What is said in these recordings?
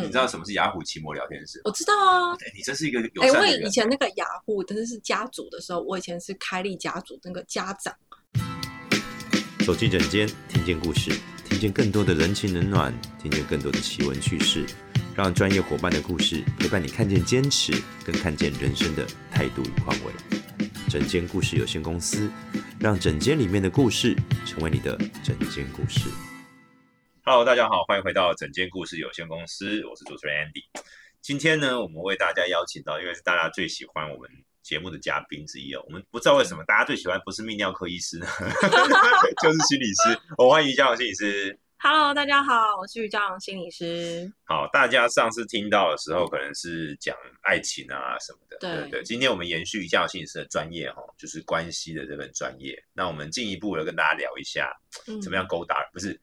嗯你知道什么是雅虎奇摩聊天室？我知道啊。哎你真是一个友哎、善我的以人。前那个雅虎，但是是家族的时候，我以前是开立家族那个家长，走进诊间，听见故事，听见更多的人情冷暖，听见更多的奇闻趣事，让专业伙伴的故事陪伴你看见坚持，更看见人生的态度与宽慰。诊间故事有限公司，让诊间里面的故事成为你的诊间故事。 Hello，大家好，欢迎回到整间故事有限公司，我是主持人 Andy。今天呢，我们为大家邀请到，因为是大家最喜欢我们节目的嘉宾之一哦。我们不知道为什么大家最喜欢不是泌尿科医师呢， 就是心理师。我欢迎于家长心理师。 Hello，大家好，我是于教长心理师。好，大家上次听到的时候，可能是讲爱情啊什么的，对对对。今天我们延续一下心理师的专业哈、就是关系的这份专业。那我们进一步的跟大家聊一下，嗯怎么样勾搭，不是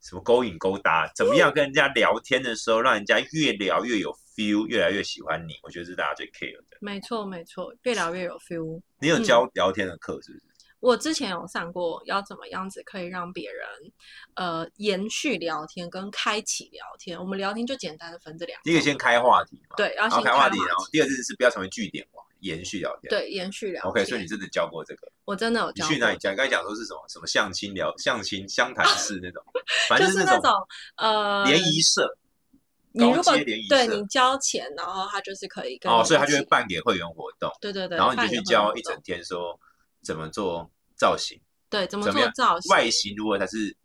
什么勾引勾搭，怎么样跟人家聊天的时候，让人家越聊越有 feel，越来越喜欢你。我觉得是大家最 care 的。没错，没错，越聊越有 feel。你有教聊天的课是不是？我之前有上过，要怎么样子可以让别人，呃，延续聊天跟开启聊天。我们聊天就简单的分这两第一个先开话题嘛，，对，要然先后开话话题，然后第二次是不要成为据点王，延续聊天。对延续聊天。 OK，所以你真的教过这个。我真的有你教去哪里过，讲？刚才讲说是什么什么相亲聊相亲相谈室 那种，反就正是那那种呃联谊社你如高果阶联谊对社你交钱，然后他就是可以跟哦，你所以一他就会起办给会员活动，对对对，然后你就办去也会教有一这种整天说怎么做造型，对怎么怎么做样造型，外形如何才是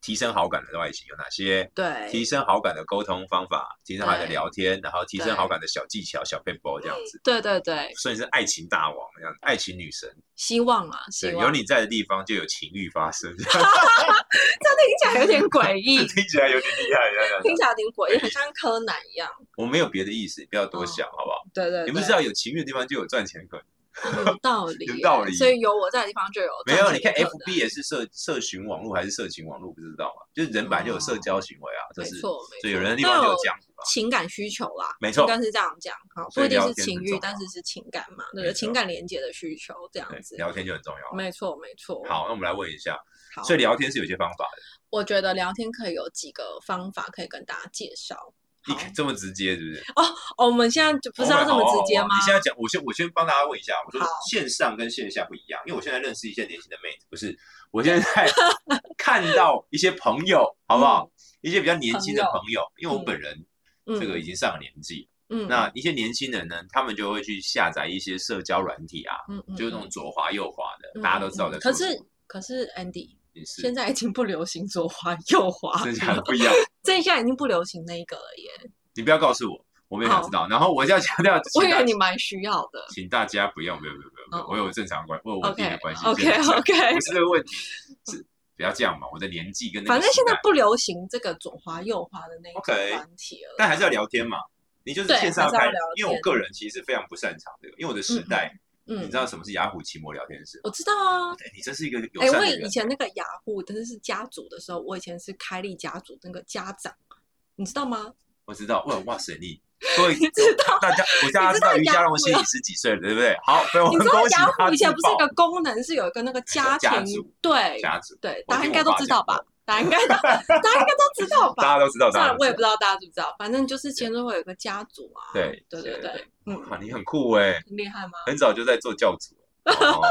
提升好感的外形有哪些？提对升好感的沟通方法，提升好感的对聊天，然后提升对好感的小技巧、小 p a p e 这样子，对对对，所以是爱情大王这样，爱情女神，希望啊，希对，望有你在的地方就有情欲发 生，这听起来有 点诡异，听起来有点厉害，这样听起来有点诡异，很像柯南一样。我没有别的意思，你不要多想，好不好？对 对对，你不知道有情欲的地方就有赚钱可能，有道理耶， 有道理所以有我在的地方就有没有？赚你钱看的可能 FB 也是社社群网络还是社群网络，不知道吗？就是人本来就有社交行为啊，这哦没是错，没错，所以有人的地方都就有有这样子吧。情感需求啦，没错哦应该是这样讲哈，不所以一定聊是天情很欲重，但是是情感嘛，对没对，错情感连接的需求这样子对，。聊天就很重要啊。没错，没错。好，那我们来问一下，好，所以聊天是有些方法的，我觉得聊天可以有几个方法可以跟大家介绍。好你这么直接是不是？哦，我们现在就不是哦要这好么啊直接好啊吗你？现在讲，我先我先帮大家问一下，我说好线上跟线下不一样，因为我现在认识一些年轻的妹子，不是，我现在 看到一些朋友，好不好？一些比较年轻的嗯朋友朋友，因为我本人嗯哦这个已经上了年纪，嗯那一些年轻人呢，他们就会去下载一些社交软体啊，嗯嗯就是那种左滑右滑的，嗯大家都知道的。嗯嗯可是可是 Andy 你是现在已经不流行左滑右滑真假的了，不一样， 这一下已经不流行那一个了耶。你不要告诉我，我们也想知道。然后我要强调，我以请大为你蛮需要的。请大家不要，没有没有没有没有，哦我有正常关，我有稳定 OK 的关系。 OK 正常 OK， 不是这个问题，是不要这样嘛，我的年纪跟那个反正现在时代不流行这个左滑右滑的那一 OK，种软体了。但还是要聊天嘛。你就是对线上还是要开聊天，因为我个人其实非常不擅长这个，因为我的时代，你嗯知，道什么是雅虎奇摩聊天室？我知道啊。哎你真是一个友哎、善我的以人。前那个雅虎，但是是家族的时候，我以前是开立家族那个家长，你知道吗？我知道，哇哇塞，你各 位知道大家，我大家你知知道道于家雅荣虎啊心理师几岁了，对不对？好，所以我你们知道哦 恭喜雅他虎以前自不是一爆个功能，是有一个那个家庭家族对家族，对，我大家听我应该都爸知讲道吧？大家应该都大家应该都知大道吧？家都知道，虽大家然都我也不知知道大家知不知道，反正就是其中会有个家族啊。对对对对对对，嗯，道。哇，你很酷哎、很厉害吗？很早就在做教主了。哦，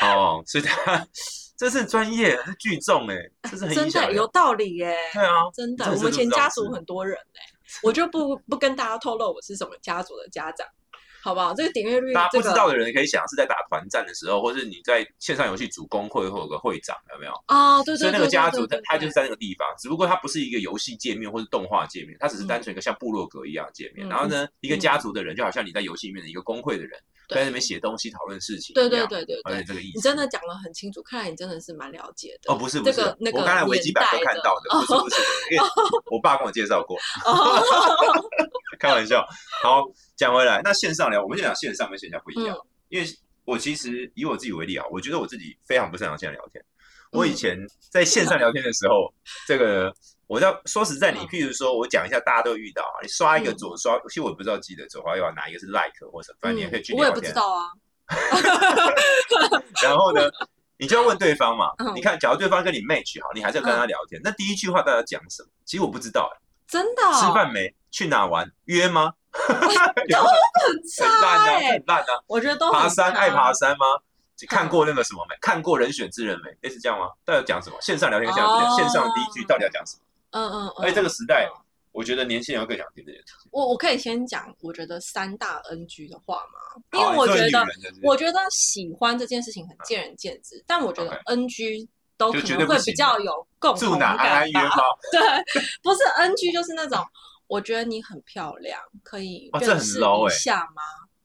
好，所以他这是专业，是聚众哎，这是很真影响的人有道理耶、对啊，真的这，我是们不前知道家是族很多人哎、我就不不跟大家透露我是什么家族的家长，好不好？这个点阅率，大家这不个知道的人可以想是在打团战的时候，或是你在线上游戏组工会会有个会长，有没有？啊，对所对以对，那个对家对族他对他就是对在那个地方，只不过它不是一个游戏界面或是动画界面，它只是单纯一个像部落格一样的界面。嗯然后呢，一个家族的人就好像你在游戏里面的一个工会的人，在那边写东西讨论事情一对样，对对对好像有，对这个意思。你真的讲的很清楚，看来你真的是蛮了解的哦，不是不这是个，那个我刚才维基百科年代看的到的，不是 不是，因为我爸跟我介绍过，哦，开玩笑。好，讲回来，那线上聊，我们先讲线上跟线下不一样，嗯因为我其实以我自己为例啊，我觉得我自己非常不擅长线上聊天。 我嗯以前在线上聊天的时 候，这个我要说实在，你嗯譬如说我讲一下，大家都遇到啊，你刷一个嗯左刷，其实我也不知道记得左滑右滑哪一个是 like 或什么，反正你也可以去嗯我也聊不知天。道啊，然后 呢，你就要问对方嘛，嗯你看，假如对方跟你 match 好，你还是要跟他聊天。那第一句话大家讲什么？其实我不知道，真的吃哦，饭没？去哪玩？约吗？都很很烂差啊，哎、很烂啊！我觉得都很爬山差爱爬山吗？看过那个什么没？看过人选之人没？类似这样吗？到底要讲什么？线上聊天这样哦讲，线上第一句到底要讲什么？嗯嗯嗯。而且哎这个时代嗯，我觉得年轻人更想听这些。我我可以先讲，我觉得三大 NG 的话嘛，因好为你我作觉为得女人的我觉得喜欢这件事情很见仁见智，但我觉得 OK NG 都就可绝能对不会行比较有共住同哪安安感约吧。吗？对，不是 NG 就是那种，我觉得你很漂亮，可以哦这认很识 low 一欸下吗？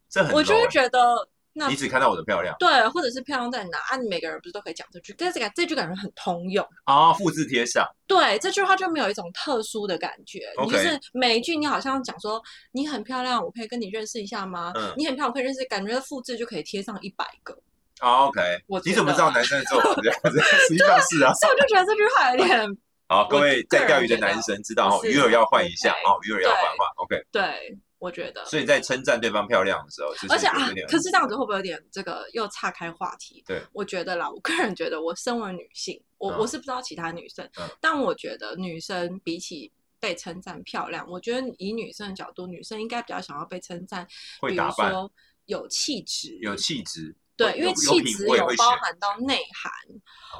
这很我就 low 会欸觉得那你只看到我的漂亮对，或者是漂亮在哪啊？你每个人不是都可以讲这句，但是感这句感觉很通用。啊，复制贴上。对这句话就没有一种特殊的感觉 OK 你就是每一句你好像讲说你很漂亮，我可以跟你认识一下吗？嗯你很漂亮，我可以认识，感觉复制就可以贴上一百 个，啊 OK，我觉你怎么得知道啊男生的做法这样子？实际上是啊。所以我就觉得这句话有点好，各我位个在钓人鱼的觉得男生知道哦，不是鱼饵要换一下 OK，哦，鱼饵要换换。对 OK，对，我觉得。所以在称赞对方漂亮的时候，就是而且啊有点，可是这样子会不会有点这个又岔开话题？对，我觉得啦，我个人觉得，我身为女性，我、嗯我是不知道其他女生，嗯但我觉得女生比起被称赞漂亮，我觉得以女生的角度，女生应该比较想要被称赞，会比打如扮、说有气质，有气质。对，有因为有气品质味有会包选含到内涵，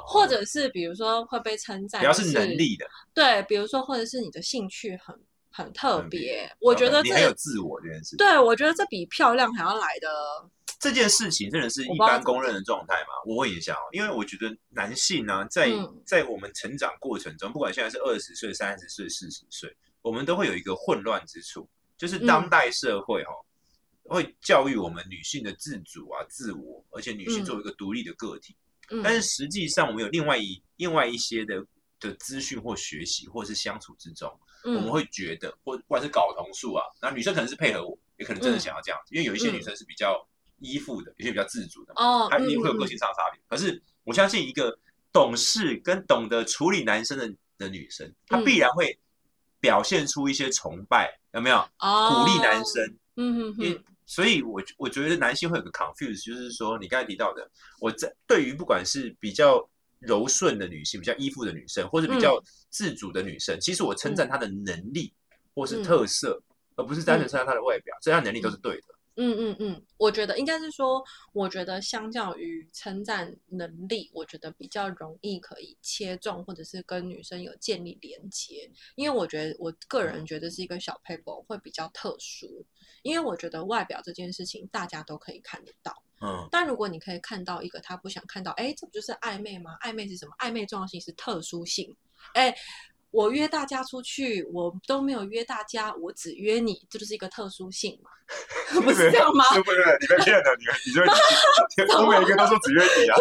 或者是比如说会被称赞，只要就是能，力的，对，比如说或者是你的兴趣很很特很别，我觉 OK，得你这很有自我这件事。对我觉得这比漂亮还要来的，这件事情真的是我一不知道般怎么公认的状态吗？我问一下哦，因为我觉得男性呢、在、嗯在我们成长过程中，不管现在是二十岁、三十岁、四十岁，我们都会有一个混乱之处，就是当嗯代社会哦，会教育我们女性的自主啊、自我，而且女性嗯作为一个独立的个体。嗯，但是实际上，我们有另外一另外一些的的资讯或学习，或是相处之中，我们嗯会觉得，或不管是睾酮素啊，那女生可能是配合我，也可能真的嗯想要这样，因为有一些女嗯生是比较依附的，有些比较自主的嘛，哦，她嗯一啊定会有嗯个性上的差别。可是我相信一个懂事跟懂得处理男生的的女生，她嗯必然会表现出一些崇拜，有没有鼓励男，哦生？嗯嗯因嗯为所以我我觉得男性会有个 confuse，就是说你刚才提到的，我在对于不管是比较柔顺的女性、比较依附的女生，或是比较嗯自主的女生，其实我称赞她的能力或嗯是特色，而不是单纯称赞她的外表，这样能力都是对的。嗯嗯嗯，我觉得应该是说，我觉得相较于称赞能力，我觉得比较容易可以切中，或者是跟女生有建立连接，因为我觉得我个人觉得是一个小 paper 会比较特殊，因为我觉得外表这件事情大家都可以看得到。嗯，但如果你可以看到一个他不想看到，哎，这不就是暧昧吗？暧昧是什么？暧昧重要性是特殊性。哎，我约大家出去，我都没有约大家，我只约你，这就是一个特殊性 嘛，不是这样吗？不是？你被骗了，你你 就么我每个都说只愿 你啊。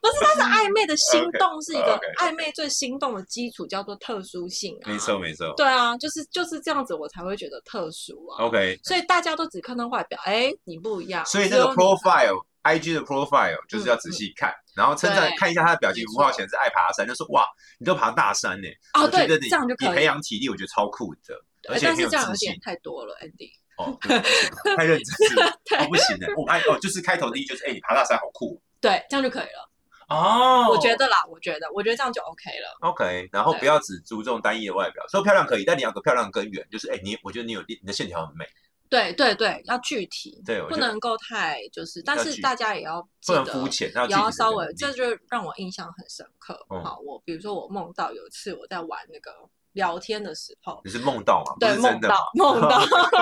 不是，但是暧昧 的心 OK，动是一个 OK，OK 暧昧最心动的基础，叫做特殊性、啊。没错，。没错。对啊，就是就是这样子，我才会觉得特殊啊。 OK，所以大家都只看到外表，哎，你不一样。哦所以只那个有你 profile。I G 的 profile 就是要仔细看，然后称赞嗯对看一下他的表情没符号，错显示爱爬山，就说哇，你都爬大山呢、哦，我觉得，对这你样就可你培以。养体力，我觉得超酷的，而哎且但很是这样有自信点。太多了，Andy。哦， 对不起太认真了，对哦不行的。我哎哦，就是开头第一就是哎，你爬大山好酷对，这样就可以了。哦。我觉得啦，我觉得，我觉得这样就 OK 了。 OK，然后不对要只注重单一的外表，说漂亮可以，但你要有个漂亮的根源，就是哎，你我觉得你有你的线条很美，对对对，要具体，对我不觉得能够太就是，但要是具大家也要不记得能肤浅，要也具体要的稍微能，力这就让我印象很深刻。嗯好，我比如说我梦到有一次我在玩那个聊天的时候，你是梦到嘛？对不是梦真的嘛 到梦到，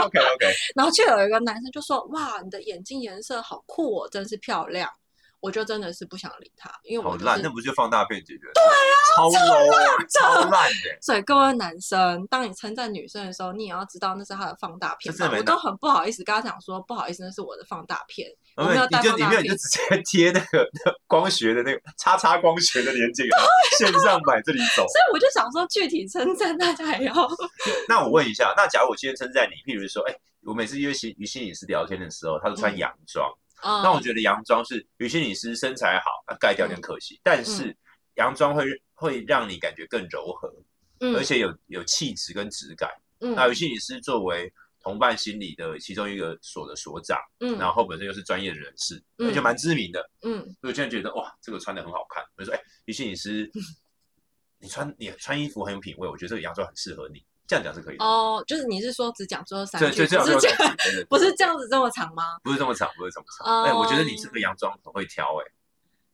OK OK，然后就有一个男生就说：“哇，你的眼睛颜色好酷哦，真是漂亮。”我就真的是不想理他，因为好 我就烂，那是。不就放大片解决？对啊，超 low，超烂的，所以各位男生，当你称赞女生的时候，你也要知道那是她的放大片这真的吧。没我拿都很不好意思跟他讲说，不好意思，那是我的放大片。我没有哦你带就放里大面你就片直接贴那个光学的那个叉叉光学的连接给他，哦线上买这里走。所以我就想说，具体称赞大家也要那我问一下，那假如我今天称赞你，譬如说，哎、我每次约心于心理师聊天的时候，他都穿嗯嗯洋装，啊那我觉得洋装是于心理师身材好，那盖掉有点可惜，但是洋装会会让你感觉更柔和，嗯而且有有气质跟质感。嗯那于心理师作为同伴心理的其中一个所的所长，嗯然后本身又是专业人士，而且嗯蛮知名的，嗯所以我现在觉得哇，这个穿的很好看。我就说，哎、于心理师，你穿你穿衣服很有品味，我觉得这个洋装很适合你。这样讲是可以的。哦，就是你是说只讲最后三对句，对，最好不是这这样样，讲对对对不是这样子这么长吗？不是这么长，不是这么长。哎，我觉得你这哦个洋装很会挑哎，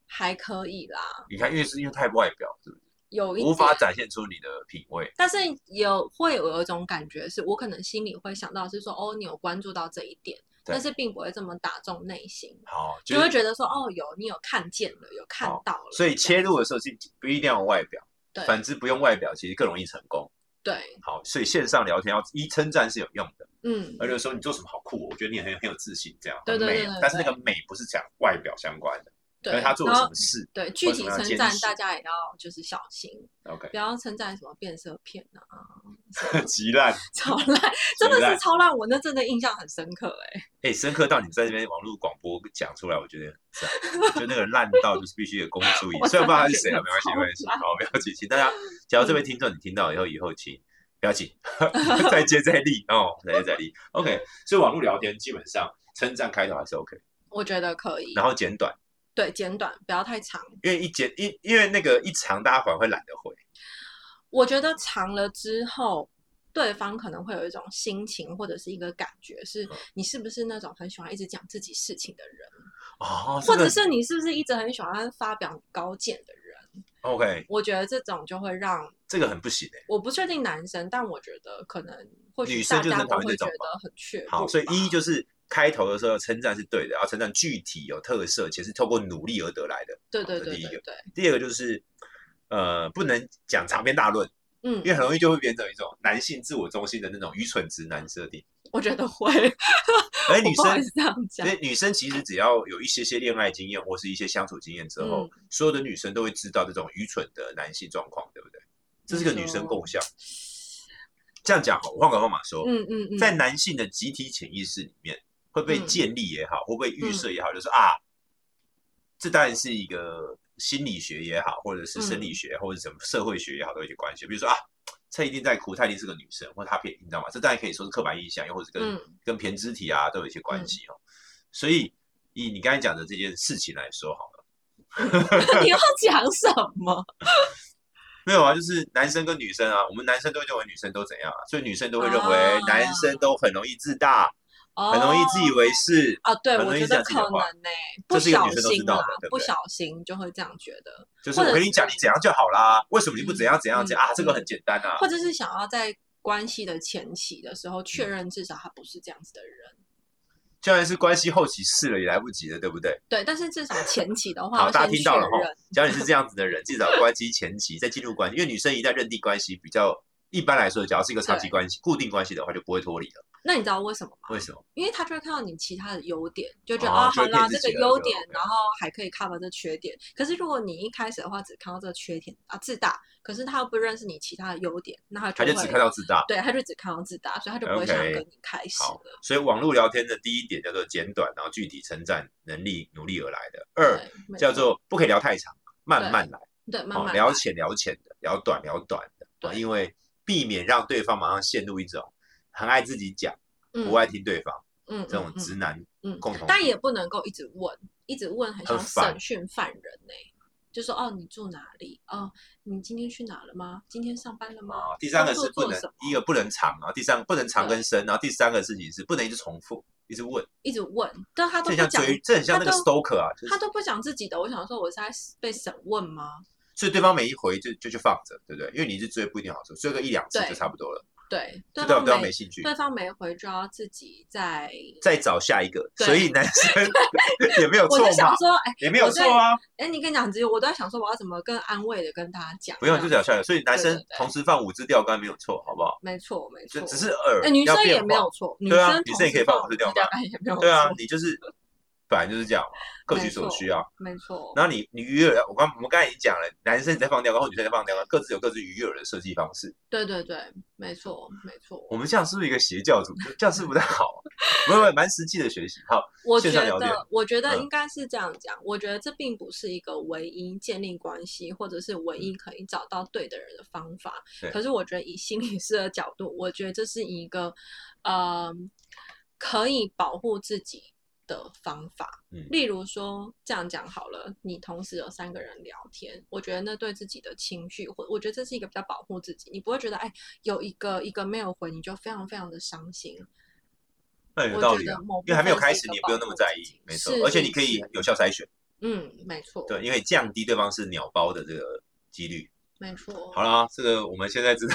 还可以啦，你看，因为是因为太外表，是不是有一无法点展现出你的品味？但是有会有一种感觉是，我可能心里会想到是说，哦，你有关注到这一点，对但是并不会这么打中内心，好，就会觉得说，哦，有你有看见了，有看好到了，哦所以这切样入的时候是不一定要有外表，对反之不用外表其实更容易成功。对，好，所以线上聊天要一称赞是有用的，嗯，而且说你做什么好酷哦，我觉得你很很有自信，这样对很对美对哦对但是那对个美不是讲外表相关的，对，而是他做了然什后么事。对具为什体么要称坚赞持大家也要就是小心， OK， 不要称赞什么变色片啊，极烂，超烂，真的极烂是超烂，我那真的印象很深刻哎、哎，深刻到你在这边网络广播讲出来，我觉得这样，就那个烂到就是必须得公诸于 我虽然不知道他真是谁啊，的觉得没关系，没超关系，烂好，不要紧，请大家，假如这位听众你听到以后，以后请不要紧， 再接再厉哦，再接再厉。OK，所以网络聊天基本上称赞开头还是 OK，我觉得可以，然后简短，对简短，不要太长。因为一简一因为那个一长大家反而会懒得回。我觉得长了之后，对方可能会有一种心情或者是一个感觉，是嗯你是不是那种很喜欢一直讲自己事情的人，哦，或这者个是你是不是一直很喜欢发表高见的人？ OK，我觉得这种就会让这个很不行哎。我不确定男生，但我觉得可能或许女生大就是家很讨都厌会这觉种得很缺好，所以一就是开头的时候称赞是对的，要称赞具体有特色，且是透过努力而得来的。对对这对第一对个对，第二个就是，呃，不能讲长篇大论，嗯因，为很容易就会变成一种男性自我中心的那种愚蠢直男设 定。我觉得会，我而女不好意生思，这样因讲，为女生其实只要有一些些恋爱经验或是一些相处经验之后，嗯所有的女生都会知道这种愚蠢的男性状况，对不对？这是个女生共享。这样讲好，我换个方法说，嗯嗯嗯，在男性的集体潜意识里面，会被嗯建立也好，会被预设也好，就是啊，这当然是一个心理学也好，或者是生嗯理学，或者什么社会学也好，都有一些关系。比如说啊，她一定在哭，她一定是个女生，或者她偏，你知道吗？这当然可以说是刻板印象，又或者跟、嗯跟偏肢体啊都有一些关系哦。所以以你刚才讲的这件事情来说好了，你要讲什么？没有啊，就是男生跟女生啊，我们男生都会认为女生都怎样啊，所以女生都会认为啊男生都很容易自大，很 很容易自以为是。啊，对，很我容易觉讲得自己可的能话呢、这不是一个小女生都知心道啦的对不不对小心就会这样觉得，就是我跟你讲，你怎样就好啦。为什么你不怎样怎样怎样、啊？这个很简单啊嗯或。者是想要在关系的前期的时候嗯确认，至少他不是这样子的人。就算是关系后期试了也来不及了，对不对？对，但是至少前期的话，好，要大家先听到了确哈认。只要你是这样子的人，至少关系前期在进入关系，因为女生一旦认定关系，比较一般来说，只要是一个长期关系、固定关系的话，就不会脱离了。那你知道为什么吗？为什么？因为他就会看到你其他的优点，就觉得哦啊、就好会啦，骗自这己个了优就点 OK，了然后还可以 cover 这缺点。可是如果你一开始的话只看到这个缺点啊，自大，可是他又不认识你其他的优点，那他她就就会只看到自大。对，他就只看到自大，所以他就不会想要 OK，跟你开始好了。所以网络聊天的第一点叫做简短，然后具体称赞能力努力而来的。二对没叫错做不可以聊太长，慢慢来。对慢哦，慢聊来浅聊浅的，聊短聊短的，啊，对因为避免让对方马上陷入一种很爱自己讲，不嗯爱听对方、嗯这种嗯嗯直男嗯共同。但也不能够一直问，一直问很像很烦审讯犯人呢、就说哦，你住哪里？哦，你今天去哪了吗？今天上班了吗？啊，第三个工作是不做能什么一个不能长啊，第三个不能长对跟深，然后第三个事情是不能一直重复，一直问，一直问，但他这很都不像讲，追，这很像那他个都 stalker 啊，就是他都不讲自己的。我想说，我是在被审问吗？所以对方没一回就就去放着，对不对？因为你一直追不一定好追，追个一两次对就差不多了，对，就对对方方没没兴趣。对方没回，就要自己再。再找下一个，对所以男生 也没有我错就想嘛，说，哎也没有我错在啊，哎，你跟你讲，只有我都在想说，我要怎么更安慰的跟他讲。不用这就样找下一个。所以男生啊对对对同时放五支钓竿没有错，好不好？没错，没就错，只是耳，哎，女要生变也没化有错，女对啊生女生也可以放放我是这样吧也没有对啊错，你就是本来就是这样嘛，各取没所错需啊。没错。然后你你鱼饵，我刚我们刚才已经讲了，男生在放钓竿或女生在放钓竿，各自有各自鱼饵的设计方式。对对对，没错没错。我们这样是不是一个邪教组织？这样是不太好、啊，不会蛮实际的学习。好，我线觉上聊天得，我觉得嗯应该是这样讲。我觉得这并不是一个唯一建立关系，或者是唯一可以找到对的人的方法嗯对。可是我觉得以心理师的角度，我觉得这是一个，呃，可以保护自己。的方法。嗯例如说，这样讲好了，你同时有三个人聊天，我觉得那对自己的情绪，或我觉得这是一个比较保护自己，你不会觉得哎，有一个一个没有回，你就非常非常的伤心。那我有觉道理得啊，某部因为还没有分开是一始，个你也不用那保么护在自意己，没错是。而且你可以是有效筛选，嗯，没错，对，，因为降低对方是鸟包的这个几率。没错。好啦，这个我们现在 知道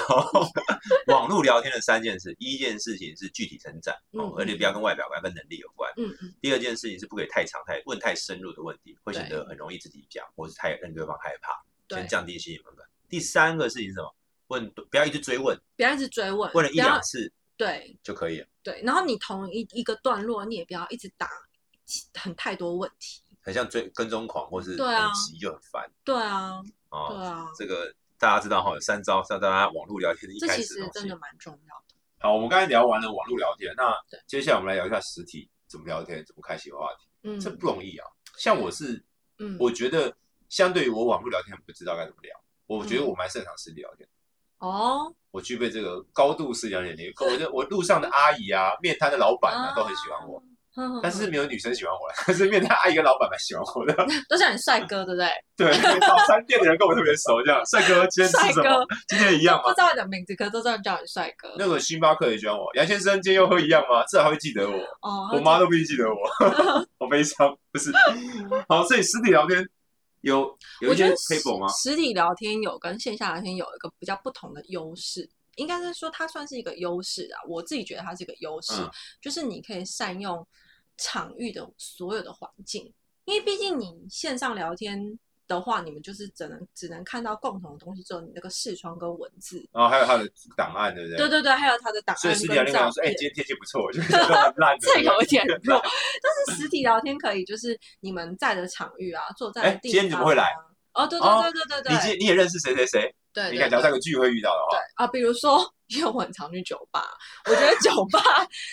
网络聊天的三件事：第一件事情是具体成长，哦嗯，而且不要跟外表、跟能力有关；嗯嗯，第二件事情是不可以太长、太问太深入的问题，会显对得很容易自己讲，或是太让对方害怕，对先，降低心理门槛。第三个事情是什么？问不要一直追问，不要一直追问，问了一不要两次对，就可以了，对，然后你同一一个段落，你也不要一直打其很太多问题。很像追跟踪狂或是对啊很急就很烦对啊，啊。对啊，这个大家知道哈，有三招，像大家网络聊天的一这开其始的实东真西的蛮重要的。好，我们刚才聊完了网络聊天，那对接下来我们来聊一下实体怎么聊天，怎么开启话题，嗯，这不容易啊。像我是，嗯，我觉得相对于我网络聊天，我不知道该怎么聊，我觉得嗯我蛮擅长实体聊天，哦，我具备这个高度实体聊天能力。可我的我路上的阿姨啊，面摊的老板哦啊，都很喜欢我，哼哼但是哼没有女生喜欢我了，但是面摊阿姨跟老板蛮喜欢我的。都像你帅哥，对不对？对，早餐店的人跟我特别熟，这样帅哥今天帅吃什哥么？今天一样不吗知？道你的名字，可是都这样叫你帅哥。那个星巴克也喜欢我，杨先生今天又喝一样吗？至少还会记得我。哦，我妈都不一定记得我， 好悲伤，不是。嗯好，所以实体聊天有有我一觉些得 table 吗？实实体聊天有跟线下聊天有一个比较不同的优势，应该是说它算是一个优势啊。我自己觉得它是一个优势，嗯就是你可以善用场域的所有的环境，因为毕竟你线上聊天。的话，你们就是只能只能看到共同的东西，只有你那个视窗跟文字。然后哦还有他的档案，对不对？对对对，还有它的档所以案实体聊跟天照讲说，哎，片。今天天气不错，我就觉得很烂 的。这有一点弱，但是实体聊天可以，就是你们在的场域啊，坐在的哎地方、今啊。天怎么会来？哦，对哦对对对对对，你今你也认识谁谁谁？对对你敢对聊在个聚会遇到的哦对话，啊，比如说，因为我很常去酒吧，我觉得酒 吧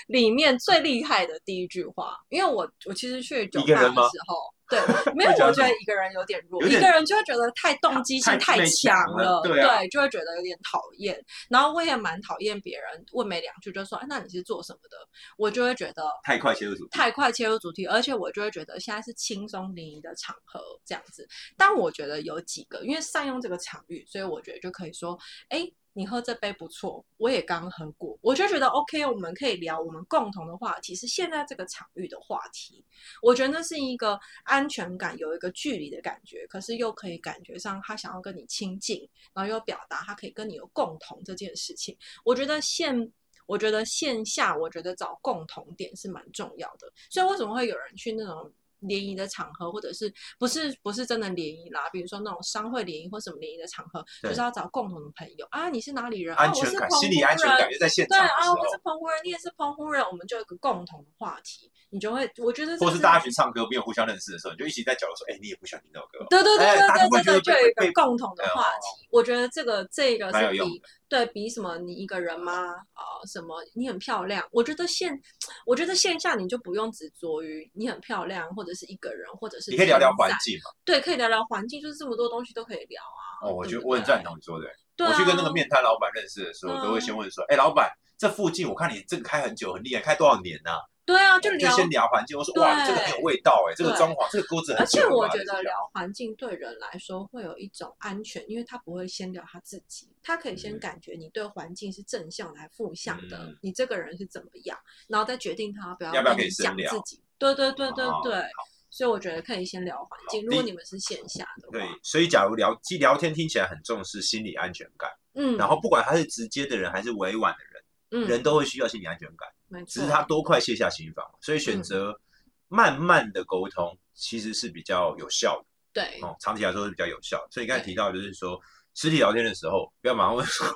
里面最厉害的第一句话，因为我我其实去酒一个吧的人吗时候，对， 没有，会讲我什么觉得一个人有点弱，有点一个人就会觉得太动机性太太强强了对啊就会觉得有点讨厌。然后我也蛮讨厌别人问没两句就说、啊那你是做什么的？”我就会觉得太快切入主题。太快切入主题，而且我就会觉得现在是轻松淋漓的场合这样子。但我觉得有几个，因为善用这个场域，所以我觉得就可以说，哎，你喝这杯不错，我也刚喝过，我就觉得 OK，我们可以聊我们共同的话题，是现在这个场域的话题。我觉得那是一个安全感，有一个距离的感觉，可是又可以感觉上他想要跟你亲近，然后又表达他可以跟你有共同这件事情。我觉得现我觉得线下，我觉得找共同点是蛮重要的。所以为什么会有人去那种联谊的场合，或者是不是不是真的联谊啦？比如说那种商会联谊或什么联谊的场合，就对是要找共同的朋友啊，你是哪里人？啊，安我全是感，澎心理湖安全人感，就在现对场的时啊，我是候，澎湖人，你也是澎湖人，我们就有一个共同的话题，你就会，我觉得这或是是大家去唱歌，没有互相认识的时候，你就一起在角落说，哎，你也不喜欢听这首歌哦，对对对哎大家对不会对觉对得对，就有被一个被共同的哎话哦题。我觉得这个这个蛮是有用比对比什么你一个人吗？啊、什么你很漂亮？我觉得线，我觉得线下你就不用执着于你很漂亮，或者是一个人，或者是你可以聊聊参环赛，境嘛。对，可以聊聊环境，就是这么多东西都可以聊啊。哦，我觉对得不我很对赞同你说的。对啊，我去跟那个面摊老板认识的时候，嗯都会先问说：“哎，老板，这附近我看你这个开很久，很厉害，开多少年呐？”对啊，就就聊先聊环境。我说：“对哇，这个很有味道哎，这个对装潢，这个锅子很而久且了吧。”我觉这得样聊环境对人来说会有一种安全，因为他不会先聊他自己，他可以先嗯感觉你对环境是正向的还负向的，嗯你这个人是怎么样，然后再决定他要不要不要跟可你以深讲聊自己。对对对对哦对，所以我觉得可以先聊环境。好如果第你们是线下的对话，，所以假如聊，其实聊天听起来很重视心理安全感，嗯，然后不管他是直接的人还是委婉的人，嗯，人都会需要心理安全感，没只错，是他多快卸下心防，所以选嗯择慢慢的沟通其实是比较有效的。对哦，长期来说是比较有效。所以刚才对提到就是说，实体聊天的时候，不要马上问说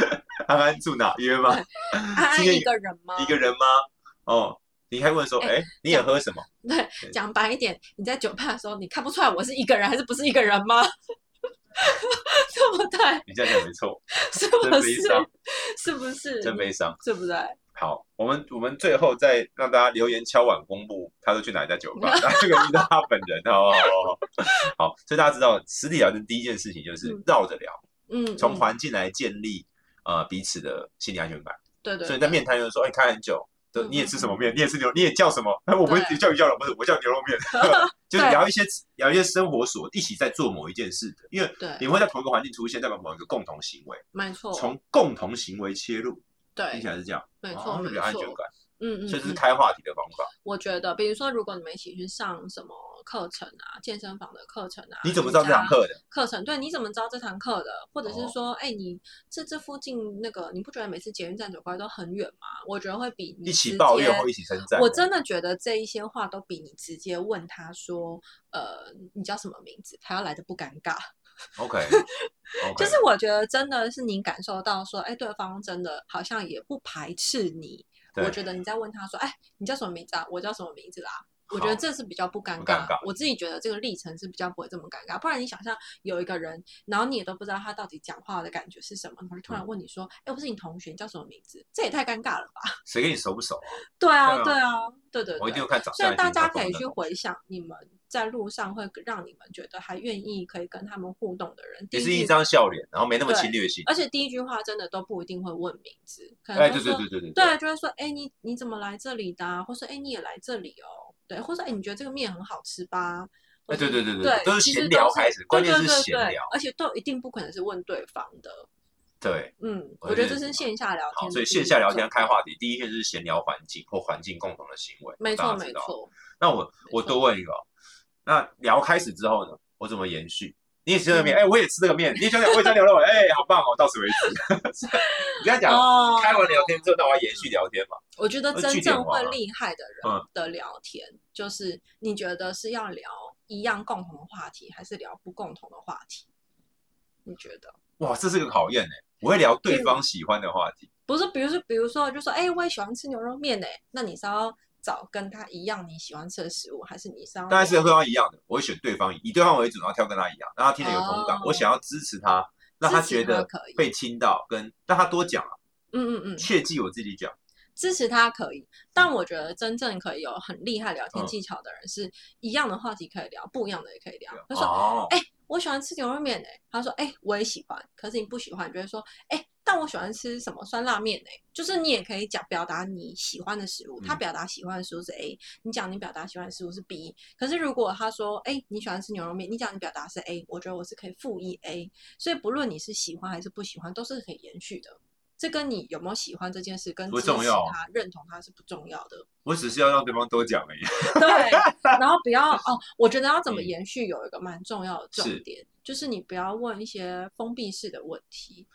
安安住哪约吗？ 安安今天一个人吗？ 一个人吗？哦，你还问说，哎哎、你也喝什么？对对，讲白一点，你在酒吧的时候，你看不出来我是一个人还是不是一个人吗？ 对不对？ 你这样讲没错，是不真悲是伤？ 是不是？真悲伤。对不对？好，我们我们最后再让大家留言敲碗公布，他都去哪一家酒 吧，大家可以遇到他本人哦。好，所以大家知道，实体聊天第一件事情就是嗯绕着聊，嗯，从嗯环境来建立呃彼此的心理安全感。对对，所以对在面谈有人说，哎、开很久，对，嗯你也吃什么嗯面？你也吃牛？你也叫什么？ 哎，我不是对叫鱼叫肉，不是我叫牛肉 面。 就是聊一些聊一些生活所一起在做某一件事的，因为你对，们会在同一个环境出现，代表某一个共同行为，没错，从共同行为切入，听对起，来是这样，没哦错，那没比较安全错，感，嗯嗯，所以这嗯是开话题的方法。我觉得，比如说，如果你们一起去上什么课程啊，健身房的课程啊，你怎么知道这堂瑜伽课的？课程？对，你怎么知道这堂课的？或者是哦说，哎、你这这附近那个，你不觉得每次捷运站走过来都很远吗？我觉得会比你一起直抱怨接或一起称赞？我真的觉得这一些话都比你直接问他说，呃，你叫什么名字，还要来的不尴尬。 OK，就是我觉得真的是你感受到说，哎，对方真的好像也不排斥你。对我觉得你在问他说，哎，你叫什么名字啊？我叫什么名字啦？我觉得好这是比较不尴不尬，尴尬我自己觉得这个历程是比较不会这么尴尬。不然你想象有一个人，然后你也都不知道他到底讲话的感觉是什么，然后就突然嗯问你说，哎、我是你同学，你叫什么名字？这也太尴尬了吧？ 谁跟你熟不熟啊？对啊，对对啊，对对对。我一定会看长所相。以大家可以一定去会看长相回想你们在路上会让你们觉得还愿意可以跟他们互动的人，第也是句一张笑脸，然后没那么对侵略性。而且第一句话真的都不一定会问名字，可哎，能对对就说、对对对对，就会说哎你你怎么来这里的、啊，或是哎你也来这里哦，对，或是哎你觉得这个面很好吃吧。或哎，是对对对对，都是其实闲聊是开始对，关键对是对闲对聊。而且都一定不可能是问对方的。哦对。嗯，我我觉觉得得这是是线下聊好，天，所以线下聊天开，话题，第一个就是闲聊环境或环境共同的行为，没大错家没知道。错，那我我错多问一个哦，那聊开始之后呢，我怎么延续？你也吃那嗯个面，哎、我也吃那个面，你也想想，我也吃牛肉，哎、好棒哦，到此为止。 你跟他讲，哦开完聊天之后，那我要延续聊天嘛？我觉得呃据真点正王会啊厉害的人嗯的聊天，就是你觉得是要聊一样共同的话题，还是聊不共同的话题？你觉得？哇，这是个考验呢、我会聊嗯对方喜欢的话题，不是，比如说，比如说，就说，哎、我也喜欢吃牛肉面呢、那你是要找跟他一样你喜欢吃的食物，还是你是要？当然是和对方一样的，我会选对方以对方为主，然后挑跟他一样，让他听得有同感。哦我想要支持他，让他支觉持得可以，被听到，跟让他多讲啊，嗯嗯嗯，切记我自己讲。支持他可以。但我觉得真正可以有很厉害聊天嗯技巧的人，是一样的话题可以聊，不一样的也可以聊。他说，哦，哎、我喜欢吃牛肉面诶、他说，哎、我也喜欢。可是你不喜欢，你就会说，哎、但我喜欢吃什么酸辣面诶、就是你也可以讲表达你喜欢的食物，他嗯表达喜欢的食物是 A，你讲你表达喜欢的食物是 B。可是如果他说，哎、你喜欢吃牛肉面，你讲你表达是 A，我觉得我是可以负一 A。所以不论你是喜欢还是不喜欢，都是可以延续的。这跟你有没有喜欢这件事，跟不支重持要他、认同他是不重要的。我只是要让对方多讲而已。 对，然后不要哦，我觉得要怎么嗯延续有一个蛮重要的重是点，就是你不要问一些封闭式的问题，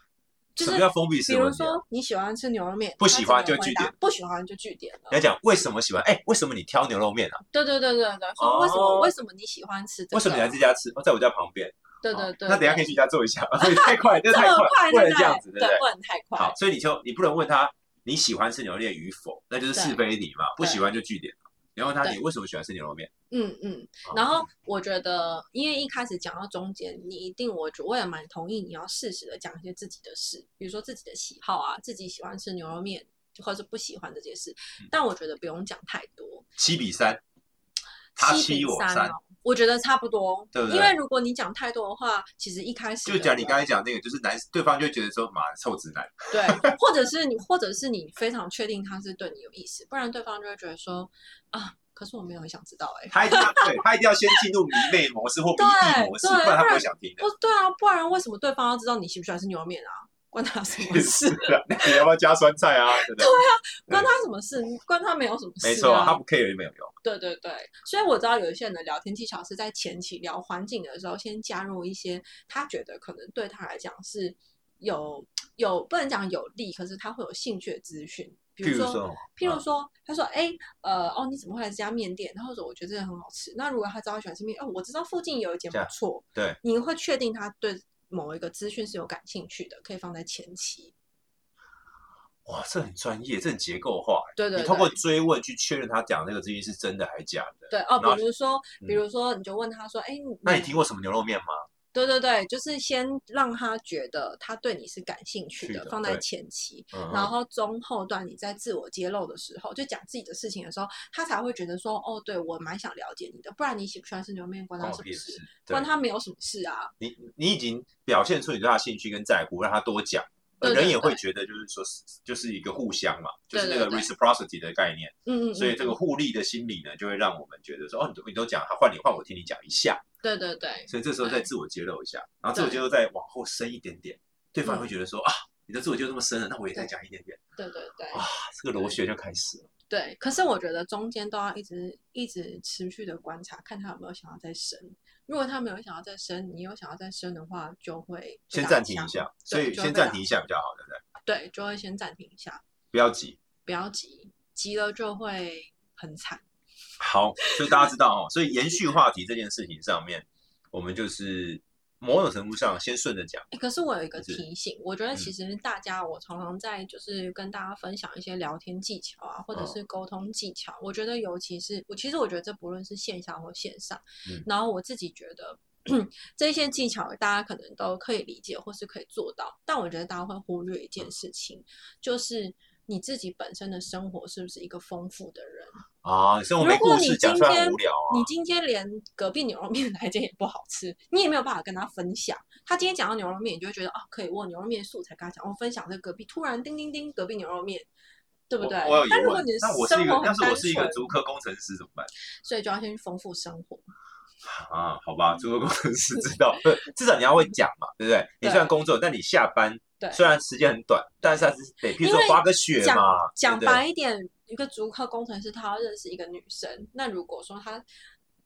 就什是么叫封闭比式如问题啊？说你喜欢吃牛肉面，不他喜怎欢么就回据答点，不喜欢就据点你要了。讲为什么喜欢？哎、为什么你挑牛肉面啊？对对对对对，说为什么哦为什么你喜欢吃这个？为什么你来这家吃？哦，在我家旁边。对哦对对，那等一下可以对去你家做一下， 太快，这这太么快，不对能不这样子，对对不对？不能太快好，。所以你就你不能问他你喜欢吃牛肉面与否，那就是是非题嘛，不对喜欢就据点嘛。你要问他对你为什么喜欢吃牛肉面？嗯嗯，哦然后我觉得，因为一开始讲到中间，你一定我觉我也蛮同意，你要适时的讲一些自己的事，比如说自己的喜好啊，自己喜欢吃牛肉面，或者是不喜欢这件事。嗯但我觉得不用讲太多，七比三，他七七比我三三，哦，我觉得差不多。对不对因为如果你讲太多的话，其实一开始就讲你刚才。才讲那个，就是男对方就觉得说妈臭直男，对，或者是你，或者是你非常确定他是对你有意思，不然对方就会觉得说啊，可是我没有很想知道哎、他一定要对他一定要先进入迷妹模式或迷弟对模式，不对然他不不会然想听的。不对啊，不然为什么对方要知道你喜不喜欢吃牛肉面啊？关他 什么也是？事啊，那你要不要加酸 菜啊？对不 对？关他什么事？关他没有什么事、啊。没错，他不 care 也没有用。对对对，所以我知道有一些人的聊天技巧是在前期聊环境的时候，先加入一些他觉得可能对他来讲是有有不能讲有利，可是他会有兴趣的资讯，比如说。譬如嗯说，他说：“哎、呃，哦，你怎么会来这家面店？”然后说：“我觉得这个很好吃。”那如果他知道他喜欢吃面，哦，我知道附近有一间这不样错，对，你会确定他对某一个资讯是有感兴趣的，可以放在前期。哇，这很专业，这很结构化。对对你通过对，追问去确认他讲那个资讯是真的还是假的。对哦，然后比如说，比嗯如说，你就问他说：“哎、那你听过什么牛肉面吗？对对对，就是先让他觉得他对你是感兴趣是的，的放在对前期，嗯然哼，后中后段你在自我揭露的时候，就讲自己的事情的时候，他才会觉得说，哦，对我蛮想了解你的，不然你喜不喜欢吃牛肉面关他关我什么屁事事？。对关，他没有什么事啊。你你已经表现出你对他的兴趣跟在乎，让他多讲，对对人也对会觉得就是说是就是一个互相嘛，就是那对个对对 reciprocity 的概念，嗯嗯嗯，所以这个互利的心理呢，就会让我们觉得说哦，你都你都讲，换你换我听你讲一下，对对对，所以这时候再对自我揭露一下，然后自我对揭露再往后深一点点，对方嗯会觉得说啊，你的自我揭露这么深了，那我也再讲一点点，对对对啊这个螺旋就开始了。对。可是我觉得中间都要一直一直持续的观察，看他有没有想要再生。如果他没有想要再生，你又想要再生的话，就会被先打暂停枪一，下，所对以就先会暂打停一下比较好，对不对？对，就会先暂停一下，不要急。不要急，急了就会很惨。好，所以大家知道哦，所以延续话题这件事情上面，我们就是某种程度上先顺着讲，欸可是我有一个是提醒，我觉得嗯其实大家，我常常在就是跟大家分享一些聊天技巧啊，或者嗯是沟通技巧。我觉得尤其是我，其实我觉得这不论是线下或线上，嗯然后我自己觉得这些技巧大家可能都可以理解或是可以做到，但我觉得大家会忽略一嗯件事情，就是。你自己本身的生活是不是一个丰富的人？啊，生活没如果故你事讲今出来很天无聊啊。你今天连隔壁牛肉面哪一间也不好吃，你也没有办法跟他分享。他今天讲到牛肉面，你就会觉得哦，可以，我有牛肉面素材跟他讲，我、分享这隔壁，突然叮叮叮，隔壁牛肉面，对不我对我有？疑但如果问你的，那我是一生个活，要很是我单是一个纯，足科工程师怎么办所以就要先去丰富生活。啊？好吧，足科工程师知道，不是至少你要会讲嘛，对不对？你虽然工作，但你下班对虽然时间很短，但是还是得，譬如因说为滑个雪讲嘛，讲对不对白一点，一个足科工程师他要认识一个女生，那如果说他，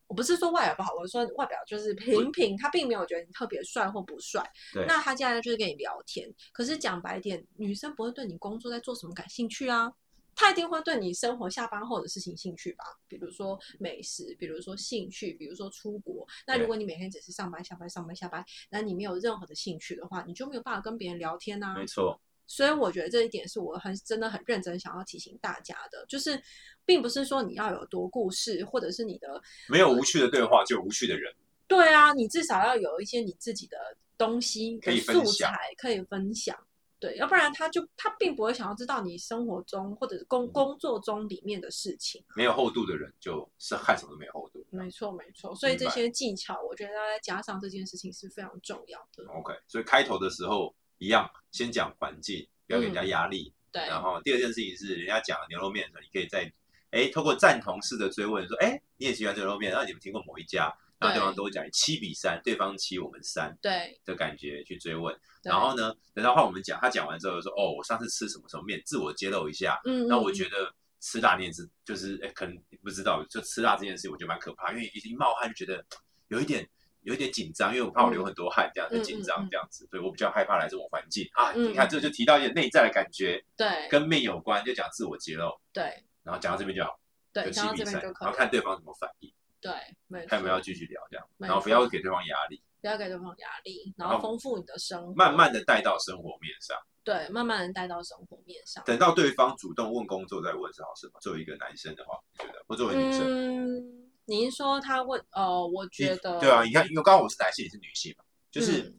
我不是说外表不好，我是说外表就是平平，他并没有觉得你特别帅或不帅对。那他现在就是跟你聊天，可是讲白一点，女生不会对你工作在做什么感兴趣啊。她一定会对你生活下班后的事情兴趣吧，比如说美食，比如说兴趣，比如说出国。那对如果你每天只是上班、下班、上班、下班，那你没有任何的兴趣的话，你就没有办法跟别人聊天啊。没错，所以我觉得这一点是我很真的很认真想要提醒大家的，就是并不是说你要有多故事，或者是你的没有无趣的对话，就有无趣的人。对啊，你至少要有一些你自己的东西可的以分素享材可以分享。对，要不然他就他并不会想要知道你生活中或者是嗯工工作中里面的事情。啊没有厚度的人，就是看什么都没有厚度。没错，没错。所以明这白些技巧，我觉得再加上这件事情是非常重要的。 OK，所以开头的时候一样，先讲环境，不要给人家压力。嗯对，然后第二件事情是，人家讲牛肉面的时候，你可以再哎透过赞同式的追问说，哎，你也喜欢牛肉面，那你们听过某一家？然后对对方都讲七比三，对方七我们三对，的感觉去追问。对然后呢，等到换我们讲，他讲完之后就说，哦，我上次吃什么什么面，自我揭露一下。嗯，那我嗯觉得吃辣你也知，就是哎，可能你不知道，就吃辣这件事，我觉得蛮可怕，因为一冒汗就觉得有一点有一点紧张，因为我怕我流很多汗，这样很紧嗯嗯嗯张嗯这样子，所以我比较害怕来这种环境啊。嗯你看，这就提到一点内在的感觉，对跟面有关，就讲自我揭露，对然后讲到这边就好，对，就讲七到比这边三，就然可后以看了。对方怎么反应，对，没错。看有没有要继续聊这样，没然后不错要给对方压力，不要给对方压力，然然后后丰富你的生活，慢慢的带到生活面上，对，慢慢的带到生活面上。等到对方主动问工作再问是好事吗？作为一个男生的话，你觉得或作为女生，嗯，您说他问，呃，我觉你得对啊，你看，因为刚刚我是男性，你是女性嘛，就是、嗯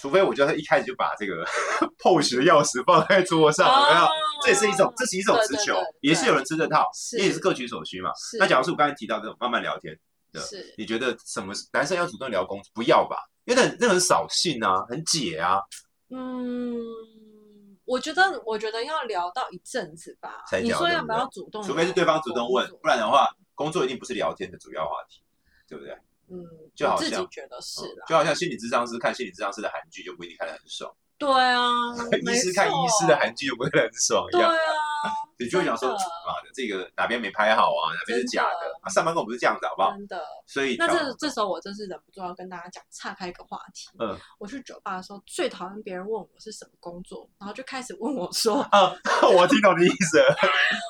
除非我觉得他一开始就把这个 POS 的钥匙放在桌上，有没有？这也是一种，这是一种哦对直对球对，也是对有人吃这套，是因为也是各取所需嘛。是那假如是我刚才提到这种慢慢聊天，的是你觉得什么男生要主动聊工作？不要吧，因为那很那很扫兴啊，很解啊，嗯。我觉得，我觉得要聊到一阵子吧才。你聊说对要不不对要主哦动聊工作？除非是对方主动问，不然的话，工作一定不是聊天的主要话题，对不对？嗯嗯，就我好自己像嗯觉得是啦。哦就好像心理智商师看心理智商师的韩剧就不一定看得很爽，，对啊 医师看医师的韩剧就不会看得很爽一对样啊。，你就会想说，真的妈的，这个哪边没拍好啊，哪边是假真的？啊、上班跟我们是这样子，好不好？真的。所以那调这这时候我真是忍不住要跟大家讲，岔开一个话题。嗯，我去酒吧的时候最讨厌别人问我是什么工作，然后就开始问我说， 啊， 我听懂你的意思了。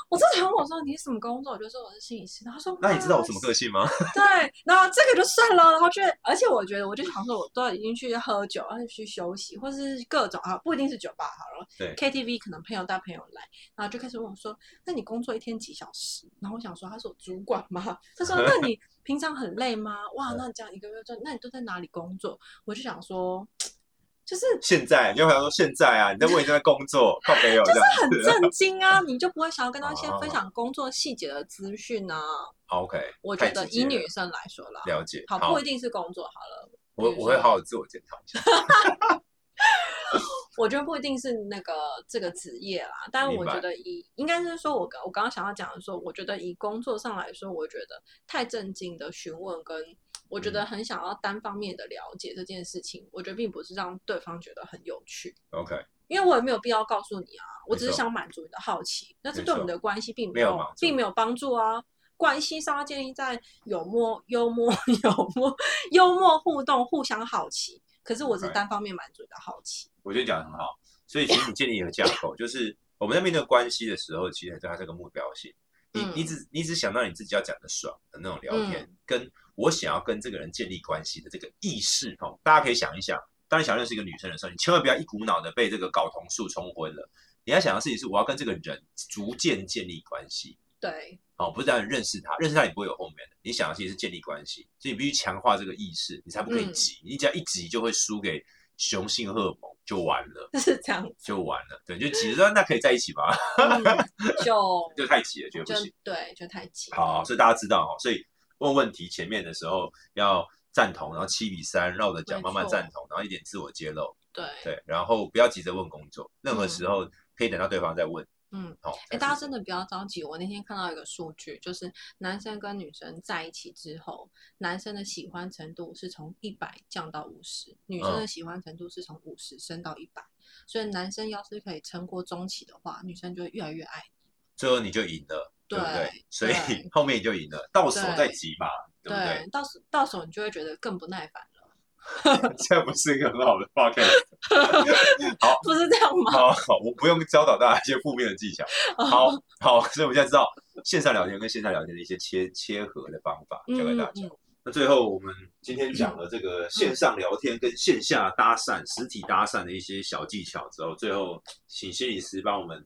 我最讨厌我说你是什么工作，我就说我是心理师，然后他说那你知道我什么啊个性吗？对，然后这个就算了，然后就而且我觉得我就想说，我都已经去喝酒，然后去休息，或是各种啊，不一定是酒吧好了，对，KTV 可能朋友带朋友来，然后就开始问我说，那你工作一天几小时？然后我想说他是我主管吗？他说那你平常很累吗？哇，嗯那你这样一个月赚，那你都在哪里工作？我就想说，就是现在，你就想说现在啊，你在为你在工作，靠没有这样 很子。震惊啊，你就不会想要跟他先哦分享工作细节的资讯啊？ OK，我觉太得直接以了女生来说啦，了解，好不一定是工作好了。我女生我会好好自我检讨一下。我觉得不一定是那个这个职业啦，但明我白觉得以应该是说我刚我刚刚想要讲的说，我觉得以工作上来说，我觉得太正经的询问跟我嗯觉得很想要单方面的了解这件事情，我觉得并不是让对方觉得很有趣。 OK，因为我也没有必要告诉你啊，我只是没错想满足你的好奇，但是没对我错们的关系并没有帮助并没有帮助啊。关系上要建立在幽默、幽默、 幽默、幽默互动，互相好奇。可是我只是 OK 单方面满足你的好奇。我觉得讲的很好。所以其实你建立一个架构，就是我们在面对关系的时候，其实对它是个目标性。你嗯你只你只想到你自己要讲的爽的那种聊天，跟我想要跟这个人建立关系的这个意识哦，大家可以想一想。当你想要认识一个女生的时候，你千万不要一股脑的被这个睾酮素冲昏了。你要想的事情是，我要跟这个人逐渐建立关系。对，哦，不是让你认识他，认识他你不会有后面的。你想的其实是建立关系，所以你必须强化这个意识，你才不可以嗯急。你只要一急就会输给雄性荷尔蒙，就完了， 就是这 样。就完了。对，就急着那可以在一起吧， 嗯、就就太急了，绝对就不行。对，就太急。好，所以大家知道哦，所以问问题前面的时候要赞同，然后七比三绕着讲，没慢慢错赞同，然后一点自我揭露，对，对，然后不要急着问工作，任何时候可以等到对方再问。哦嗯，好、哎、才嗯大家是真的不要着急。我那天看到一个数据，就是男生跟女生在一起之后，男生的喜欢程度是从一百降到五十，女生的嗯喜欢程度是从五十升到一百、所以男生要是可以撑过中期的话，女生就会越来越爱你。最后你就赢了，对不对对？所以 对后面你就赢了，到手对再急嘛，对不对？到时到时候你就会觉得更不耐烦了， 这不是一个很好的 podcast。好， 不是这样吗？好，好，我不用教导大家一些负面的技巧。好，好，所以我们现在知道线上聊天跟线下聊天的一些切切合的方法， 嗯，教给大家。嗯嗯那最后我们今天讲了这个线上聊天跟线下搭讪、实体搭讪的一些小技巧之后，最后请心理师帮我们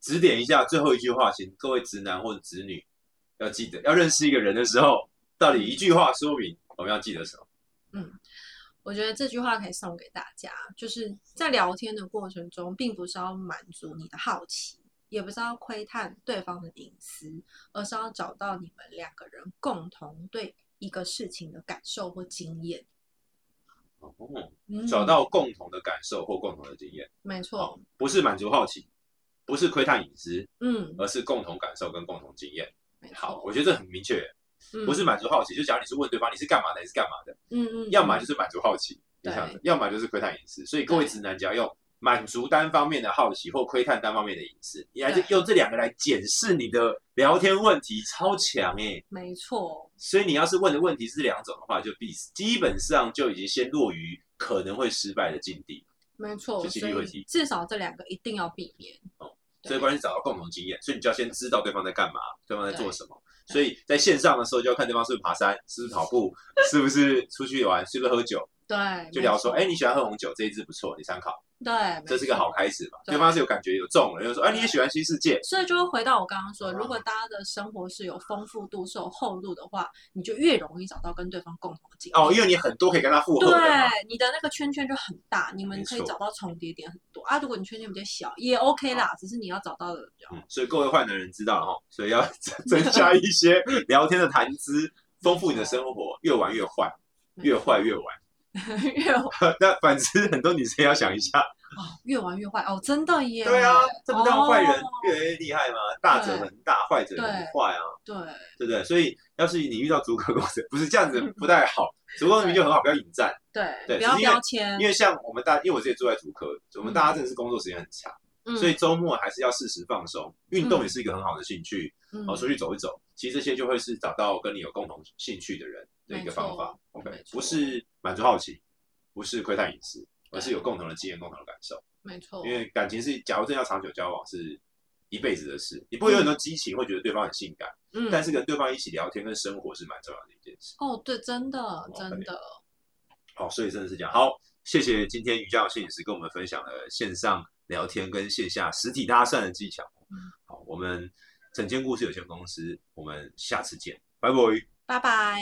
指点一下最后一句话，请各位直男或者直女要记得，要认识一个人的时候，到底一句话说明我们要记得什么？我觉得这句话可以送给大家，就是在聊天的过程中，并不是要满足你的好奇，也不是要窥探对方的隐私，而是要找到你们两个人共同对一个事情的感受或经验。哦，嗯找到共同的感受或共同的经验，没哦错，不是满足好奇，不是窥探隐私，嗯，而是共同感受跟共同经验。没好，错，我觉得这很明确，嗯不是满足好奇，就假如你是问对方你是干嘛的，你是干嘛的。嗯嗯，要么嗯就是满足好奇，就对这样子；要么就是窥探隐私。所以各位直男只要用满足单方面的好奇或窥探单方面的隐私，你还是对用这两个来检视你的聊天问题，超强诶、没错，所以你要是问的问题是两种的话，就必死基本上就已经先落于可能会失败的境地。没错，这几所率会以低至少这两个一定要避免。哦对，所以关键是找到共同经验，所以你就要先知道对方在干嘛，对方在对做什么。对所以在线上的时候就要看对方是不是爬山，是不是跑 步，是不是出去玩，是不是喝酒，对，就没聊说，错哎、，你喜欢喝红酒，这一支不错，你参考。对，这是个没错好开始嘛？对对方是有感觉有中了，又说哎，你也喜欢新世界，所以就会回到我刚刚说，嗯如果大家的生活是有丰富度、是有厚度的话，你就越容易找到跟对方共同的经哦，验。因为你很多可以跟他附和的嘛。对，你的那个圈圈就很大，你们可以没错找到重叠点很多啊。如果你圈圈比较小，也 OK 啦，只是你要找到的比较。嗯，所以各位坏男人知道了哈，所以要增加一些聊天的谈资，丰富你的生嗯活，越玩越坏，越坏嗯越玩。 越玩 那反之，很多女生要想一下，哦越玩越坏哦，真的耶。对啊，这不让坏人哦越来越厉害吗？大者恒大，坏者恒坏啊，对，对不对？所以要是你遇到足够公司，不是这样子嗯不太好，足够公司就很好，不要引战。对对不只是要因为标签因，为像我们大，因为我自己住在竹科，我们大家真的是工作时间很长。嗯所以周末还是要适时放松，运动也是一个很好的兴趣，嗯哦，出去走一走，其实这些就会是找到跟你有共同兴趣的人的一个方法。没错 OK，没不错是满足好奇，不是窥探隐私，而对是有共同的经验、共同的感受。没错，因为感情是，假如真要长久交往，是一辈子的事。你不会有很多激情，会觉得对方很性感，嗯但是跟对方一起聊天跟生活是蛮重要的一件事。哦，对，真的真的，好，所以真的是这样。好，谢谢今天于教摄影师跟我们分享了线上聊天跟线下实体搭讪的技巧。嗯好，我们整间故事有限公司，我们下次见，拜拜。拜拜。